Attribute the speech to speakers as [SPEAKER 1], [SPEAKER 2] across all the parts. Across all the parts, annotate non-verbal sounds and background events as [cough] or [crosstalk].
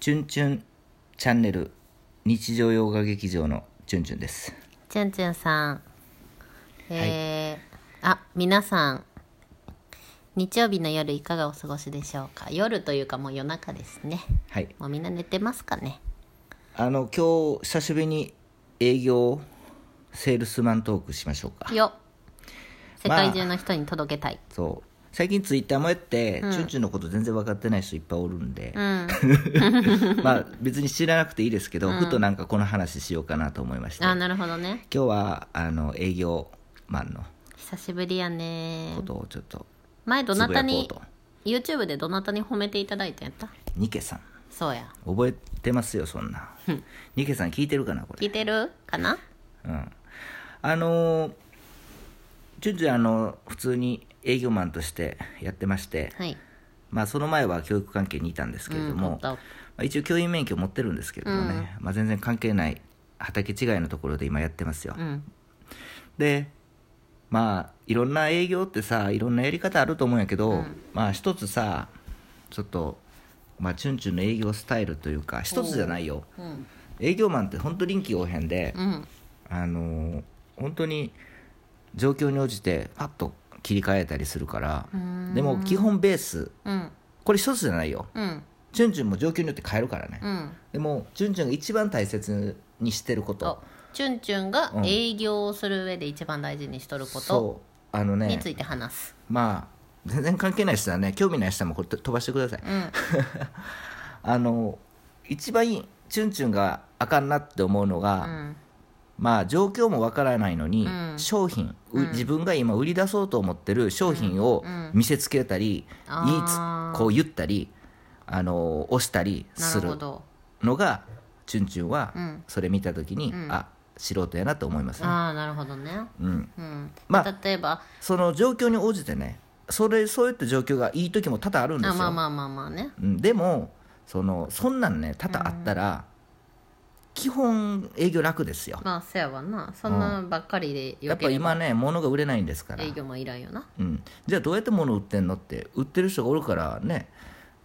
[SPEAKER 1] チュンチュンチャンネル日常洋画劇場のチュンチュンです
[SPEAKER 2] ちゅんちゅんさん、えーあ皆さん日曜日の夜いかがお過ごしでしょうか夜というかもう夜中ですね
[SPEAKER 1] はい
[SPEAKER 2] もうみんな寝てますかね
[SPEAKER 1] あの今日久しぶりに営業セールスマントークしましょうか
[SPEAKER 2] よ世
[SPEAKER 1] まあ
[SPEAKER 2] 界中の人に届けたい、
[SPEAKER 1] そう最近ツイッターもやって、チュンチュンのこと全然分かってない人いっぱいおるんで、 [laughs] まあ別に知らなくていいですけど、ふとなんかこの話しようかなと思いまして
[SPEAKER 2] あー
[SPEAKER 1] 今
[SPEAKER 2] なるほどね
[SPEAKER 1] 日はあの営業マンの
[SPEAKER 2] 久しぶりやね
[SPEAKER 1] ことをちょっと
[SPEAKER 2] 前どなた
[SPEAKER 1] つ
[SPEAKER 2] に
[SPEAKER 1] ぶやこ
[SPEAKER 2] YouTube でどなたに褒めていただいたんやった
[SPEAKER 1] ニケさん
[SPEAKER 2] そうや
[SPEAKER 1] 覚えてますよそんなニケさん聞いてるかなこれ
[SPEAKER 2] 聞いてるかな
[SPEAKER 1] うんあのーチュンチュンあの普通に営業マンとしてやってまして、
[SPEAKER 2] はい
[SPEAKER 1] まあ、その前は教育関係にいたんですけれど
[SPEAKER 2] うんお
[SPEAKER 1] も
[SPEAKER 2] っ、と
[SPEAKER 1] まあ、一応教員免許持ってるんですけれどもね、まあ、全然関係ない畑違いのところで今やってますよ、
[SPEAKER 2] うん
[SPEAKER 1] でまあいろんな営業ってさいろんなやり方あると思うんやけど、まあ一つさちょっとまあチュンチュンの営業スタイルというか一つじゃないよ、
[SPEAKER 2] うん
[SPEAKER 1] 営業マンって本当臨機応変で、
[SPEAKER 2] うん
[SPEAKER 1] あのー本当に状況に応じてパッと切り替えたりするからでも基本ベース
[SPEAKER 2] うん
[SPEAKER 1] これ一つじゃないよ
[SPEAKER 2] うん
[SPEAKER 1] チュンチュンも状況によって変えるからね、
[SPEAKER 2] うん
[SPEAKER 1] でもチュンチュンが一番大切にしてること
[SPEAKER 2] とチュンチュンが営業をする上で一番大事にしとること
[SPEAKER 1] そうあの
[SPEAKER 2] に
[SPEAKER 1] ね
[SPEAKER 2] ついて話す、
[SPEAKER 1] まあ全然関係ない人はね興味ない人はもうこれ飛ばしてください、 [laughs] あの一番いいチュンチュンがあかんなって思うのが、
[SPEAKER 2] ん
[SPEAKER 1] まあ状況もわからないのに、
[SPEAKER 2] うん
[SPEAKER 1] 商品、う自分が今売り出そうと思ってる商品を見せつけたり、
[SPEAKER 2] あー
[SPEAKER 1] 言いつこう言ったりあの押したりす
[SPEAKER 2] なる
[SPEAKER 1] る
[SPEAKER 2] ほど
[SPEAKER 1] のがチュンチュンは、
[SPEAKER 2] ん
[SPEAKER 1] それ見た時に、あ素人やなと思いますね、
[SPEAKER 2] ああなるほどね
[SPEAKER 1] うん、
[SPEAKER 2] うん、
[SPEAKER 1] まあ
[SPEAKER 2] 例えば
[SPEAKER 1] その状況に応じてねそれそういった状況がいい時も多々あるんです
[SPEAKER 2] あ
[SPEAKER 1] よ、
[SPEAKER 2] まあまあまあまあね
[SPEAKER 1] うん、でもそのそんなんね多々あったら、基本営業楽ですよ
[SPEAKER 2] まあせやわなそんなんばっかりで
[SPEAKER 1] や
[SPEAKER 2] よ
[SPEAKER 1] っぱ
[SPEAKER 2] ければ
[SPEAKER 1] 今ね物が売れないんですから、
[SPEAKER 2] 営業もいらんよな
[SPEAKER 1] うん、じゃあどうやって物売ってんのって売ってる人がおるからね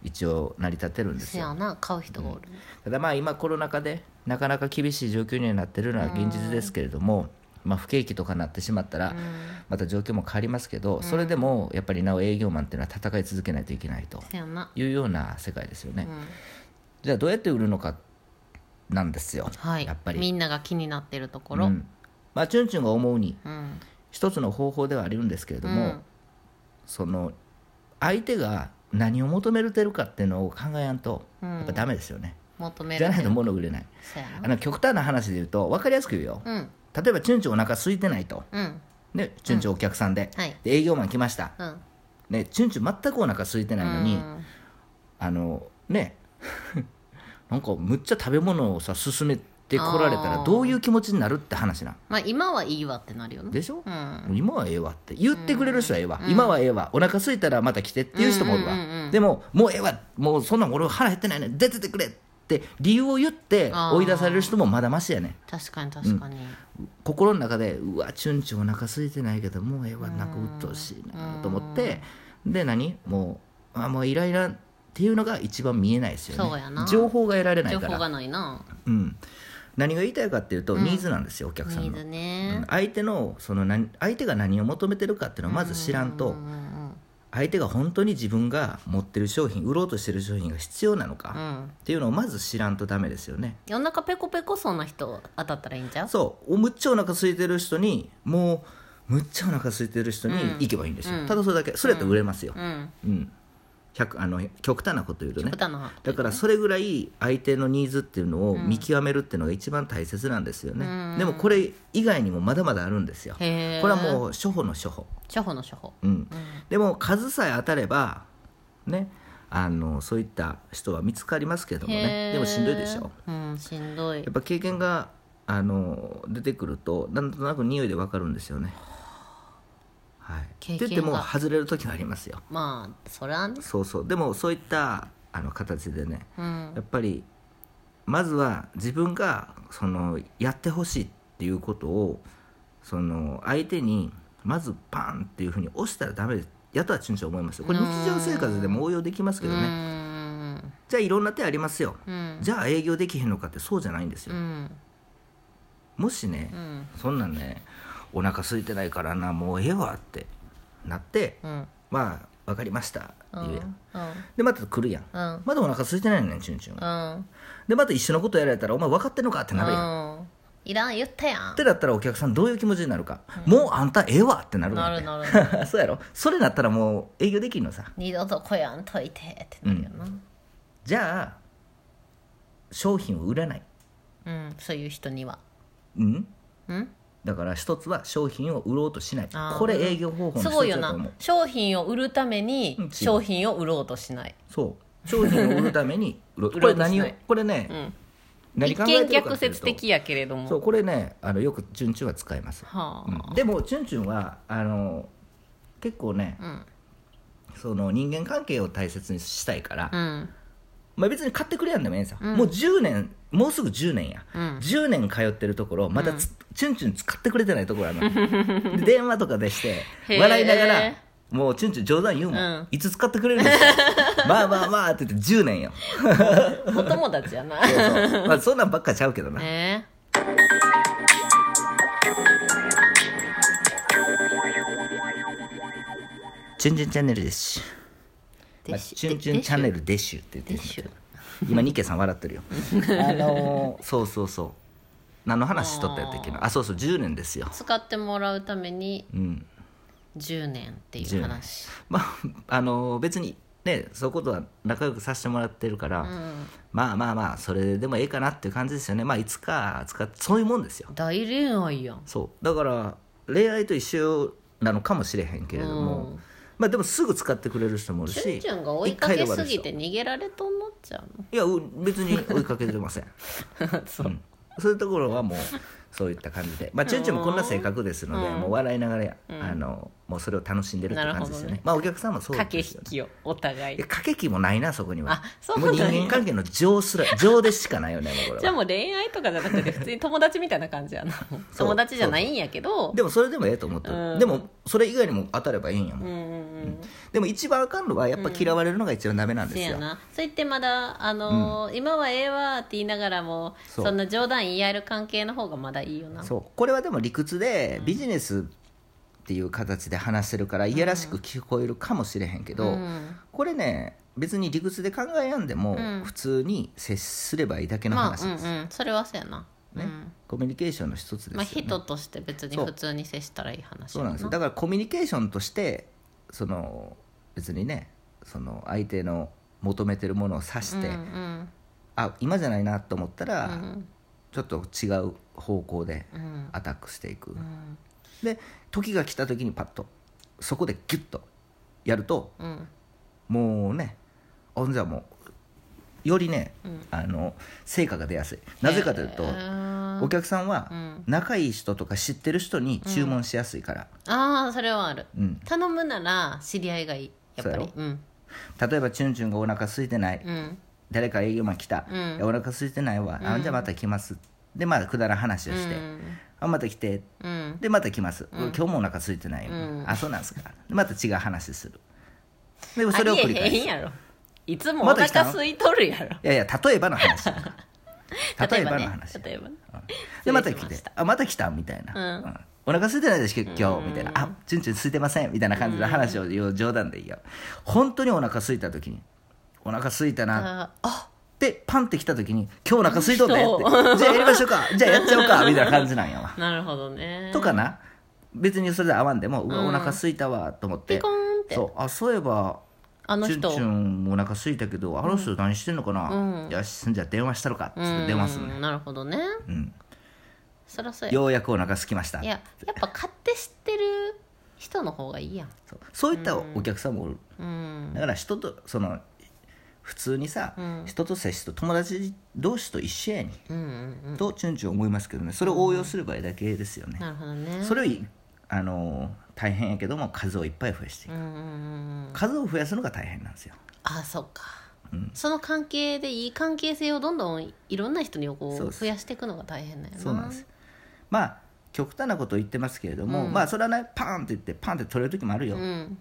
[SPEAKER 1] 一応成り立ってるんです
[SPEAKER 2] せ
[SPEAKER 1] よ
[SPEAKER 2] やな買う人がおる、
[SPEAKER 1] ただまあ今コロナ禍でなかなか厳しい状況にはなってるのは現実ですけれども、まあ、不景気とかなってしまったらまた状況も変わりますけどそれでもやっぱりなお営業マンっていうのは戦い続けないといけないと
[SPEAKER 2] せやな
[SPEAKER 1] いうような世界ですよね、じゃあどうやって売るのかなんですよ、
[SPEAKER 2] はい
[SPEAKER 1] やっぱり
[SPEAKER 2] みんなが気になってるところ、
[SPEAKER 1] うんまあチュンチュンが思うに
[SPEAKER 2] うん
[SPEAKER 1] 一つの方法ではあるんですけれども、
[SPEAKER 2] うん
[SPEAKER 1] その相手が何を求めてるかっていうのを考えやんとやっぱダメですよね、
[SPEAKER 2] 求め
[SPEAKER 1] じ
[SPEAKER 2] ら
[SPEAKER 1] ゃ
[SPEAKER 2] れ
[SPEAKER 1] ない
[SPEAKER 2] る
[SPEAKER 1] と物売れない
[SPEAKER 2] せや
[SPEAKER 1] あ
[SPEAKER 2] な
[SPEAKER 1] の極端な話で言うと分かりやすく言うよ、
[SPEAKER 2] うん
[SPEAKER 1] 例えばチュンチュンお腹空いてないと
[SPEAKER 2] うん
[SPEAKER 1] ねチュンチュンお客さんで,、
[SPEAKER 2] はい
[SPEAKER 1] で営業マン来ました、
[SPEAKER 2] うん
[SPEAKER 1] ね、チュンチュン全くお腹空いてないのに、
[SPEAKER 2] うん
[SPEAKER 1] あのね [laughs] なんかむっちゃ食べ物をさ勧めてこられた
[SPEAKER 2] あ
[SPEAKER 1] ら
[SPEAKER 2] ー
[SPEAKER 1] どういう気持ちになるって話なん
[SPEAKER 2] まあ今はいいわってなるよな
[SPEAKER 1] でしょ
[SPEAKER 2] う、ん
[SPEAKER 1] 今はええわって言ってくれる人はええわ、今はええわお腹空いたらまた来てっていう人もおるわ、
[SPEAKER 2] うんうんうんうん
[SPEAKER 1] でももうええわもうそんなん俺腹減ってないねん出ててくれって理由を言って
[SPEAKER 2] あー
[SPEAKER 1] 追い出される人もまだましやねん
[SPEAKER 2] 確かに確かに、
[SPEAKER 1] 心の中でうわチュンチュンお腹空いてないけどもうええわなんか鬱陶しいなと思ってで何もうあもうイライラっていうのが一番見えないですよね
[SPEAKER 2] そうやな
[SPEAKER 1] 情報が得られない
[SPEAKER 2] 情
[SPEAKER 1] か
[SPEAKER 2] 報
[SPEAKER 1] ら
[SPEAKER 2] がないな
[SPEAKER 1] うん、何が言いたいかっていうと、ニーズなんですよお客さん
[SPEAKER 2] ニー
[SPEAKER 1] の、
[SPEAKER 2] ズ
[SPEAKER 1] うん
[SPEAKER 2] ね
[SPEAKER 1] 相手のその何相手が何を求めてるかっていうのをまず知らんと、相手が本当に自分が持ってる商品売ろうとしてる商品が必要なの
[SPEAKER 2] う
[SPEAKER 1] か
[SPEAKER 2] ん
[SPEAKER 1] っていうのをまず知らんとダメですよね、
[SPEAKER 2] 夜中ペコペコそうな人当たったらいいんちゃう
[SPEAKER 1] そうおむっちゃお腹空いてる人にもうむっちゃお腹空いてる人に行けばいいんですよ、ただそれだけそれやったら売れますよ、
[SPEAKER 2] うん
[SPEAKER 1] うん、100あの極端なこと言うとね
[SPEAKER 2] 豚の
[SPEAKER 1] だからそれぐらい相手のニーズっていうのを見極めるっていうのが一番大切なんですよね、でもこれ以外にもまだまだあるんですよこ
[SPEAKER 2] へえ
[SPEAKER 1] れはもう初歩の初歩、
[SPEAKER 2] 処方の処方
[SPEAKER 1] うんでも数さえ当たればねあのそういった人は見つかりますけどもね
[SPEAKER 2] へー
[SPEAKER 1] でもしんどいでしょ
[SPEAKER 2] うんしんどい
[SPEAKER 1] やっぱ経験があの出てくるとなんとなく匂いでわかるんですよねはい
[SPEAKER 2] 経験
[SPEAKER 1] って
[SPEAKER 2] が
[SPEAKER 1] 言っても外れる時はありますよ
[SPEAKER 2] まあそれはね
[SPEAKER 1] そうそうでもそういったあの形でね
[SPEAKER 2] うん
[SPEAKER 1] やっぱりまずは自分がそのやってほしいっていうことをその相手にまずバンっていうふうに押したらダメですやとはチュンチュン思いますよこれ日常生活でも応用できますけど
[SPEAKER 2] う
[SPEAKER 1] ね
[SPEAKER 2] ん
[SPEAKER 1] じゃあいろんな手ありますよ、
[SPEAKER 2] うん
[SPEAKER 1] じゃあ営業できへんのかってそうじゃないんです
[SPEAKER 2] う
[SPEAKER 1] よ、
[SPEAKER 2] ん
[SPEAKER 1] もしね、
[SPEAKER 2] うん
[SPEAKER 1] そんなんねお腹空いてないからなもうええわってなって、
[SPEAKER 2] うん
[SPEAKER 1] まあ分かりました
[SPEAKER 2] うん
[SPEAKER 1] 言うやん、
[SPEAKER 2] うん
[SPEAKER 1] でまた来るやん
[SPEAKER 2] うん
[SPEAKER 1] まだお腹空いてないのねんチュンチュンが
[SPEAKER 2] うん
[SPEAKER 1] でまた一緒のことやられたらお前分かってんのかってなるやん、っ
[SPEAKER 2] うんいらん言ったやん
[SPEAKER 1] てなったらお客さんどういう気持ちになるか、もうあんたええわってなる
[SPEAKER 2] な
[SPEAKER 1] わ
[SPEAKER 2] る
[SPEAKER 1] け
[SPEAKER 2] なる
[SPEAKER 1] [laughs] そうやろそれなったらもう営業できんのさ
[SPEAKER 2] 二度と来やんといてってなるよな
[SPEAKER 1] じゃあ商品を売らない
[SPEAKER 2] うんそういう人には
[SPEAKER 1] うん
[SPEAKER 2] うん
[SPEAKER 1] だから一つは商品を売ろうとしない
[SPEAKER 2] あー
[SPEAKER 1] これ営業方法
[SPEAKER 2] す
[SPEAKER 1] の
[SPEAKER 2] ご
[SPEAKER 1] 一
[SPEAKER 2] い
[SPEAKER 1] つ
[SPEAKER 2] よ
[SPEAKER 1] だと思
[SPEAKER 2] な
[SPEAKER 1] う
[SPEAKER 2] 商品を売るために
[SPEAKER 1] うん違う
[SPEAKER 2] 商品を売ろうとしない
[SPEAKER 1] そう商品を売るために売ろうこ
[SPEAKER 2] [laughs] 売ろ
[SPEAKER 1] れ
[SPEAKER 2] うとし
[SPEAKER 1] 何
[SPEAKER 2] な
[SPEAKER 1] を
[SPEAKER 2] い
[SPEAKER 1] これね、
[SPEAKER 2] ん
[SPEAKER 1] 何
[SPEAKER 2] 一
[SPEAKER 1] 考
[SPEAKER 2] 見
[SPEAKER 1] えてるか
[SPEAKER 2] 逆
[SPEAKER 1] っていうと
[SPEAKER 2] 説的やけれども
[SPEAKER 1] そうこれねあのよくチュンチュンは使います、
[SPEAKER 2] は
[SPEAKER 1] うんでもチュンチュンはあの結構ね
[SPEAKER 2] あうん
[SPEAKER 1] その人間関係を大切にしたいから、
[SPEAKER 2] うん
[SPEAKER 1] まあ、別に買ってくれやんでもええんさ、
[SPEAKER 2] うん
[SPEAKER 1] もう10年もうすぐ10年や、
[SPEAKER 2] うん
[SPEAKER 1] 10年通ってるところまだつ、チュンチュン使ってくれてないところある
[SPEAKER 2] [laughs]
[SPEAKER 1] ので電話とかでして
[SPEAKER 2] へー
[SPEAKER 1] 笑いながらもうチュンチュン冗談言うもん、
[SPEAKER 2] うん
[SPEAKER 1] いつ使ってくれるんです
[SPEAKER 2] [laughs]
[SPEAKER 1] かまあまあまあって言って10年よ
[SPEAKER 2] お友達やな
[SPEAKER 1] [laughs] そうそうまあ、そんなんばっかちゃうけどな、
[SPEAKER 2] え
[SPEAKER 1] チュンチュンチャンネルですし
[SPEAKER 2] ー
[SPEAKER 1] まあ、チュンチュンチャンネルデッシュって言ってる
[SPEAKER 2] デッシュ
[SPEAKER 1] 今ニケさん笑って
[SPEAKER 2] [laughs]
[SPEAKER 1] るよあのーそうそうそう何の話しとったやったっけなあそうそう10年ですよ
[SPEAKER 2] 使ってもらうために
[SPEAKER 1] うん
[SPEAKER 2] 10年ってい
[SPEAKER 1] 10
[SPEAKER 2] う
[SPEAKER 1] 年
[SPEAKER 2] 話
[SPEAKER 1] まああの別にねそういうことは仲良くさせてもらってるから、
[SPEAKER 2] うん
[SPEAKER 1] まあまあまあそれでもええかなっていう感じですよねまあいつか使ってそういうもんですよ
[SPEAKER 2] 大恋愛やん
[SPEAKER 1] そうだから恋愛と一緒なのかもしれへんけれども、
[SPEAKER 2] うん
[SPEAKER 1] まあでもすぐ使ってくれる人もおるし
[SPEAKER 2] チュンチュンが追いか
[SPEAKER 1] 一回で
[SPEAKER 2] け
[SPEAKER 1] 終わ
[SPEAKER 2] す
[SPEAKER 1] る人
[SPEAKER 2] ぎて逃げられと思っちゃ
[SPEAKER 1] [laughs]
[SPEAKER 2] う
[SPEAKER 1] いやう別に追いかけてま
[SPEAKER 2] [laughs]
[SPEAKER 1] せん
[SPEAKER 2] のそう
[SPEAKER 1] うんそういうところはもうそういった感じでまあチュンチュンもこんな性格ですので、もう笑いながら、あのもうそれを楽しんでるって感じですよね
[SPEAKER 2] なるほどね
[SPEAKER 1] まあお客さんもそう
[SPEAKER 2] 駆
[SPEAKER 1] で
[SPEAKER 2] け
[SPEAKER 1] すよ
[SPEAKER 2] 引きをお互い
[SPEAKER 1] いや駆け引きもないなそこには
[SPEAKER 2] あそう
[SPEAKER 1] も
[SPEAKER 2] な
[SPEAKER 1] うん人
[SPEAKER 2] や
[SPEAKER 1] 間関係の情
[SPEAKER 2] [laughs]
[SPEAKER 1] すら情でしかないよねもうこれは
[SPEAKER 2] じゃあもう恋愛とかじゃなくて普通に友達みたいな感じやな
[SPEAKER 1] そう
[SPEAKER 2] 友達じゃないんやけど
[SPEAKER 1] でもそれでもええと思ってる、
[SPEAKER 2] うん
[SPEAKER 1] でもそれ以外にも当たればええんやもん、
[SPEAKER 2] うんうんうん
[SPEAKER 1] でも一番あかんのはやっぱ嫌われるのが一番ダメなんで
[SPEAKER 2] せ
[SPEAKER 1] すよ、
[SPEAKER 2] やなそう言ってまだ、あのー今はええわって言いながらも
[SPEAKER 1] そ
[SPEAKER 2] そうそんな冗談言い合える関係の方がまだいいよな
[SPEAKER 1] そうこれはでも理屈でビジネスっていう形で話してるからいやらしく聞こえるかもしれへんけど、
[SPEAKER 2] うん
[SPEAKER 1] これね別に理屈で考えやんでも
[SPEAKER 2] うん
[SPEAKER 1] 普通に接すればいいだけの
[SPEAKER 2] ま
[SPEAKER 1] 話
[SPEAKER 2] あうん
[SPEAKER 1] で
[SPEAKER 2] う
[SPEAKER 1] す、
[SPEAKER 2] んそれはそうやな、う
[SPEAKER 1] ね
[SPEAKER 2] ん
[SPEAKER 1] コミュニケーションの一つですよ、ね
[SPEAKER 2] まあ、人として別に
[SPEAKER 1] そう
[SPEAKER 2] 普通に接したらいい話
[SPEAKER 1] そうな
[SPEAKER 2] や
[SPEAKER 1] んですよだからコミュニケーションとしてその別にねその相手の求めてるものを指して、
[SPEAKER 2] うんうん
[SPEAKER 1] あ今じゃないなと思ったら、
[SPEAKER 2] うん
[SPEAKER 1] ちょっと違う方向で
[SPEAKER 2] うん
[SPEAKER 1] アタックしていく、
[SPEAKER 2] うん
[SPEAKER 1] で時が来た時にパッとそこでギュッとやると
[SPEAKER 2] うん
[SPEAKER 1] もうねあじゃあもうよりね、あの成果が出やすいなぜかというと、
[SPEAKER 2] えー
[SPEAKER 1] お客さんは
[SPEAKER 2] うん
[SPEAKER 1] 仲いい人とか知ってる人に注文しやすいから、
[SPEAKER 2] ああそれはある
[SPEAKER 1] うん、
[SPEAKER 2] 頼むなら知り合いがいいやっぱり
[SPEAKER 1] そう
[SPEAKER 2] うん
[SPEAKER 1] 例えばチュンチュンがお腹空いてない、
[SPEAKER 2] うん
[SPEAKER 1] 誰か営業マン来た、
[SPEAKER 2] うん
[SPEAKER 1] いやお腹空いてないわ、あじゃあまた来ますでまあくだらん話をして、
[SPEAKER 2] うん
[SPEAKER 1] あまた来て
[SPEAKER 2] うん
[SPEAKER 1] でまた来ます、今日もお腹空いてないよ、
[SPEAKER 2] うん
[SPEAKER 1] あそうなんですかでまた違う話するで
[SPEAKER 2] あ
[SPEAKER 1] それを繰
[SPEAKER 2] り
[SPEAKER 1] り
[SPEAKER 2] え
[SPEAKER 1] 返す
[SPEAKER 2] へん
[SPEAKER 1] い
[SPEAKER 2] やろいつもお
[SPEAKER 1] まだ
[SPEAKER 2] 腹
[SPEAKER 1] 来たの
[SPEAKER 2] 空いとるやろ
[SPEAKER 1] やいや例えばの
[SPEAKER 2] [laughs]
[SPEAKER 1] 話例えばの話、
[SPEAKER 2] 例えばね
[SPEAKER 1] で
[SPEAKER 2] 例えば
[SPEAKER 1] また来
[SPEAKER 2] 失礼
[SPEAKER 1] て
[SPEAKER 2] しました
[SPEAKER 1] あまた来たみたいな、
[SPEAKER 2] うん
[SPEAKER 1] お腹空いてないですけど今日みたいな「あチュンチュン空いてません」みたいな感じの話を言う冗談でいいよ本当にお腹空いた時に「お腹空いたな」
[SPEAKER 2] ああ
[SPEAKER 1] でパンって来た時に「今日お腹空いとったよ」って「じゃあやりましょう
[SPEAKER 2] [laughs]
[SPEAKER 1] かじゃあやっちゃおうか」みたいな感じなんやわ。
[SPEAKER 2] なるほどね
[SPEAKER 1] とかな別にそれで合わんでも「うわ
[SPEAKER 2] うん
[SPEAKER 1] お腹空いたわ」と思って
[SPEAKER 2] ピコーンって
[SPEAKER 1] そうあそういえば
[SPEAKER 2] あの
[SPEAKER 1] チュンチ
[SPEAKER 2] 人
[SPEAKER 1] ュンもお腹空いたけどあの人何してんのかな、よしじゃあ電話したろかっつって電話すんね
[SPEAKER 2] うんなるほどね
[SPEAKER 1] ん
[SPEAKER 2] そりゃそうや
[SPEAKER 1] ようやくお腹空きました
[SPEAKER 2] いややっぱ買って知ってる人の方がいいやん
[SPEAKER 1] そうそういったお客さんもおる、
[SPEAKER 2] うん
[SPEAKER 1] だから人とその普通にさ、人と接しと友達同士と一緒やに、
[SPEAKER 2] うんうん
[SPEAKER 1] とチュンチュン思いますけどねそれを応用すればいいだけですよね、
[SPEAKER 2] なるほどね
[SPEAKER 1] それをいあのー大変やけども数をいっぱい増やしていく、
[SPEAKER 2] うんうんうんうん
[SPEAKER 1] 数を増やすのが大変なんですよ
[SPEAKER 2] あそうかその関係でいい関係性をどんどんいろんな人にこ
[SPEAKER 1] そう
[SPEAKER 2] う
[SPEAKER 1] です
[SPEAKER 2] 増やしていくのが大変だよな
[SPEAKER 1] そうなんですまあ極端なことを言ってますけれども、まあそれはねパーンって言ってパンって取れる時もあるよ、
[SPEAKER 2] うん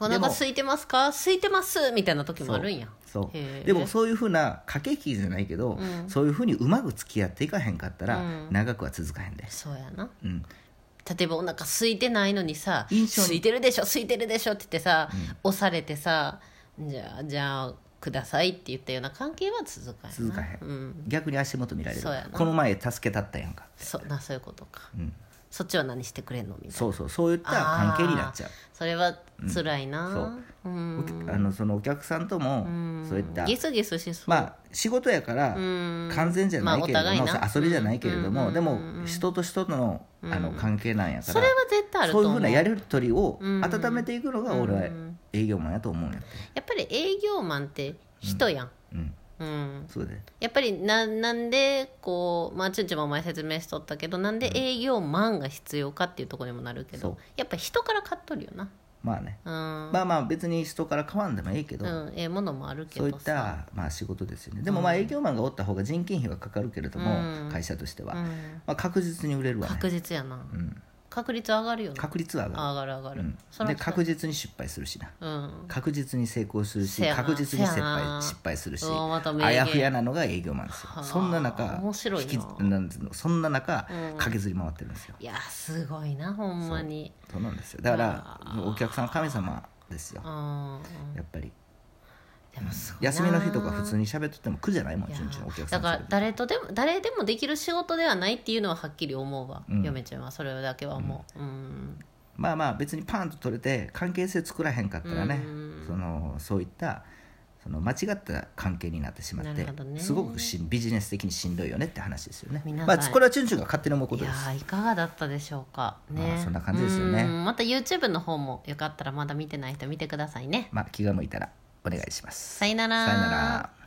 [SPEAKER 2] お
[SPEAKER 1] でも
[SPEAKER 2] 腹空いてますか空いてますみたいな時もあるんや
[SPEAKER 1] そう
[SPEAKER 2] へえ
[SPEAKER 1] でもそういうふうな駆け引きじゃないけど、
[SPEAKER 2] うん
[SPEAKER 1] そういうふうにうまく付き合っていかへんかったら、
[SPEAKER 2] うん
[SPEAKER 1] 長くは続かへんで、
[SPEAKER 2] そうやな
[SPEAKER 1] うん、
[SPEAKER 2] 例えばお腹空いてないのにさ「
[SPEAKER 1] 印象に
[SPEAKER 2] 空いてるでしょ空いてるでしょ」って言ってさ、押されてさ「じゃあじゃあください」って言ったような関係は続かへんな
[SPEAKER 1] 続かへん
[SPEAKER 2] うん、
[SPEAKER 1] 逆に足元見られる
[SPEAKER 2] そうやな
[SPEAKER 1] この前助けたったやんか、
[SPEAKER 2] そうなそういうことか
[SPEAKER 1] うん、
[SPEAKER 2] そっちは何してくれんのみたいな
[SPEAKER 1] そうそうそういった関係になっちゃう
[SPEAKER 2] あーそれは辛いな
[SPEAKER 1] んお
[SPEAKER 2] うん
[SPEAKER 1] あのそのお客さんともそういった
[SPEAKER 2] ゲスゲスしそう、
[SPEAKER 1] まあ仕事やから
[SPEAKER 2] ん
[SPEAKER 1] 完全じゃないけれ
[SPEAKER 2] まあお
[SPEAKER 1] ど
[SPEAKER 2] 互い
[SPEAKER 1] も、
[SPEAKER 2] な
[SPEAKER 1] そう遊びじゃないけれども、
[SPEAKER 2] うん
[SPEAKER 1] でも人と人とのあの関係なんやから
[SPEAKER 2] それは絶対あると
[SPEAKER 1] そうい
[SPEAKER 2] 思
[SPEAKER 1] うふう
[SPEAKER 2] う
[SPEAKER 1] なやり取りを
[SPEAKER 2] ん
[SPEAKER 1] 温めていくのが俺は営業マンやと思うんやって、
[SPEAKER 2] やっぱり営業マンって人やん、
[SPEAKER 1] うん、
[SPEAKER 2] うん、
[SPEAKER 1] そうだよ
[SPEAKER 2] やっぱりななんでこうまあちゅんちゅんも前説明しとったけどなんで営業マンが必要かっていうところにもなるけ
[SPEAKER 1] そ
[SPEAKER 2] ど
[SPEAKER 1] う
[SPEAKER 2] やっぱ人から買っとるよな
[SPEAKER 1] まあね
[SPEAKER 2] うん、
[SPEAKER 1] まあまあ別に人から買わんでもいいけど、
[SPEAKER 2] うん、ええものもあるけ
[SPEAKER 1] そういっ
[SPEAKER 2] どさ
[SPEAKER 1] た、まあ、仕事ですよねでもまあ営業マンがおった方が人件費はかかるけれども、
[SPEAKER 2] うん
[SPEAKER 1] 会社としては、
[SPEAKER 2] う
[SPEAKER 1] ま
[SPEAKER 2] ん、
[SPEAKER 1] あ、確実に売れるわね
[SPEAKER 2] 確実やな、
[SPEAKER 1] ん
[SPEAKER 2] 確率上がるよな
[SPEAKER 1] 確率は上が
[SPEAKER 2] 上がる上がる、
[SPEAKER 1] る、う
[SPEAKER 2] そ
[SPEAKER 1] ん、
[SPEAKER 2] ら
[SPEAKER 1] で確実に失敗するしな
[SPEAKER 2] うん
[SPEAKER 1] 確実に成功するし
[SPEAKER 2] せやな
[SPEAKER 1] 確実に
[SPEAKER 2] せ
[SPEAKER 1] 失
[SPEAKER 2] やな
[SPEAKER 1] 敗失敗するし
[SPEAKER 2] うわまた名言
[SPEAKER 1] あやふやなのが営業マンです
[SPEAKER 2] はあ
[SPEAKER 1] よそんな中
[SPEAKER 2] 面白いな
[SPEAKER 1] 引きなんつうのそんな中、
[SPEAKER 2] うん
[SPEAKER 1] 駆けずり回ってるんですよ
[SPEAKER 2] いやすごいなほんまに
[SPEAKER 1] そうなんですよだから
[SPEAKER 2] あ
[SPEAKER 1] お客さんは神様ですよ
[SPEAKER 2] うん
[SPEAKER 1] やっぱり
[SPEAKER 2] でもすごいな
[SPEAKER 1] 休みの日とか普通に喋っとっても苦じゃないもん
[SPEAKER 2] いや
[SPEAKER 1] 順々お客さ
[SPEAKER 2] だ
[SPEAKER 1] ん
[SPEAKER 2] から
[SPEAKER 1] ら
[SPEAKER 2] 誰とでも誰でもできる仕事ではないっていうのははっきり思うわ、
[SPEAKER 1] うん
[SPEAKER 2] 嫁ちゃんはそれだけはもう、うん
[SPEAKER 1] まあまあ別にパンと取れて関係性作らへんかったらね
[SPEAKER 2] うん
[SPEAKER 1] そのそういったその間違った関係になってしまっ
[SPEAKER 2] なる
[SPEAKER 1] て
[SPEAKER 2] ほどね
[SPEAKER 1] すごくしビジネス的にしんどいよねって話ですよね
[SPEAKER 2] 皆、さ
[SPEAKER 1] ま
[SPEAKER 2] ん
[SPEAKER 1] あ、これはチュンチュンが勝手に思うこ
[SPEAKER 2] い
[SPEAKER 1] と
[SPEAKER 2] や
[SPEAKER 1] です
[SPEAKER 2] ーいかがだったでしょうかね、
[SPEAKER 1] まあそんな感じですよね
[SPEAKER 2] うんまた YouTube の方もよかったらまだ見てない人見てくださいね
[SPEAKER 1] まあ、気が向いたらお願いします。
[SPEAKER 2] さよなら
[SPEAKER 1] さよなら。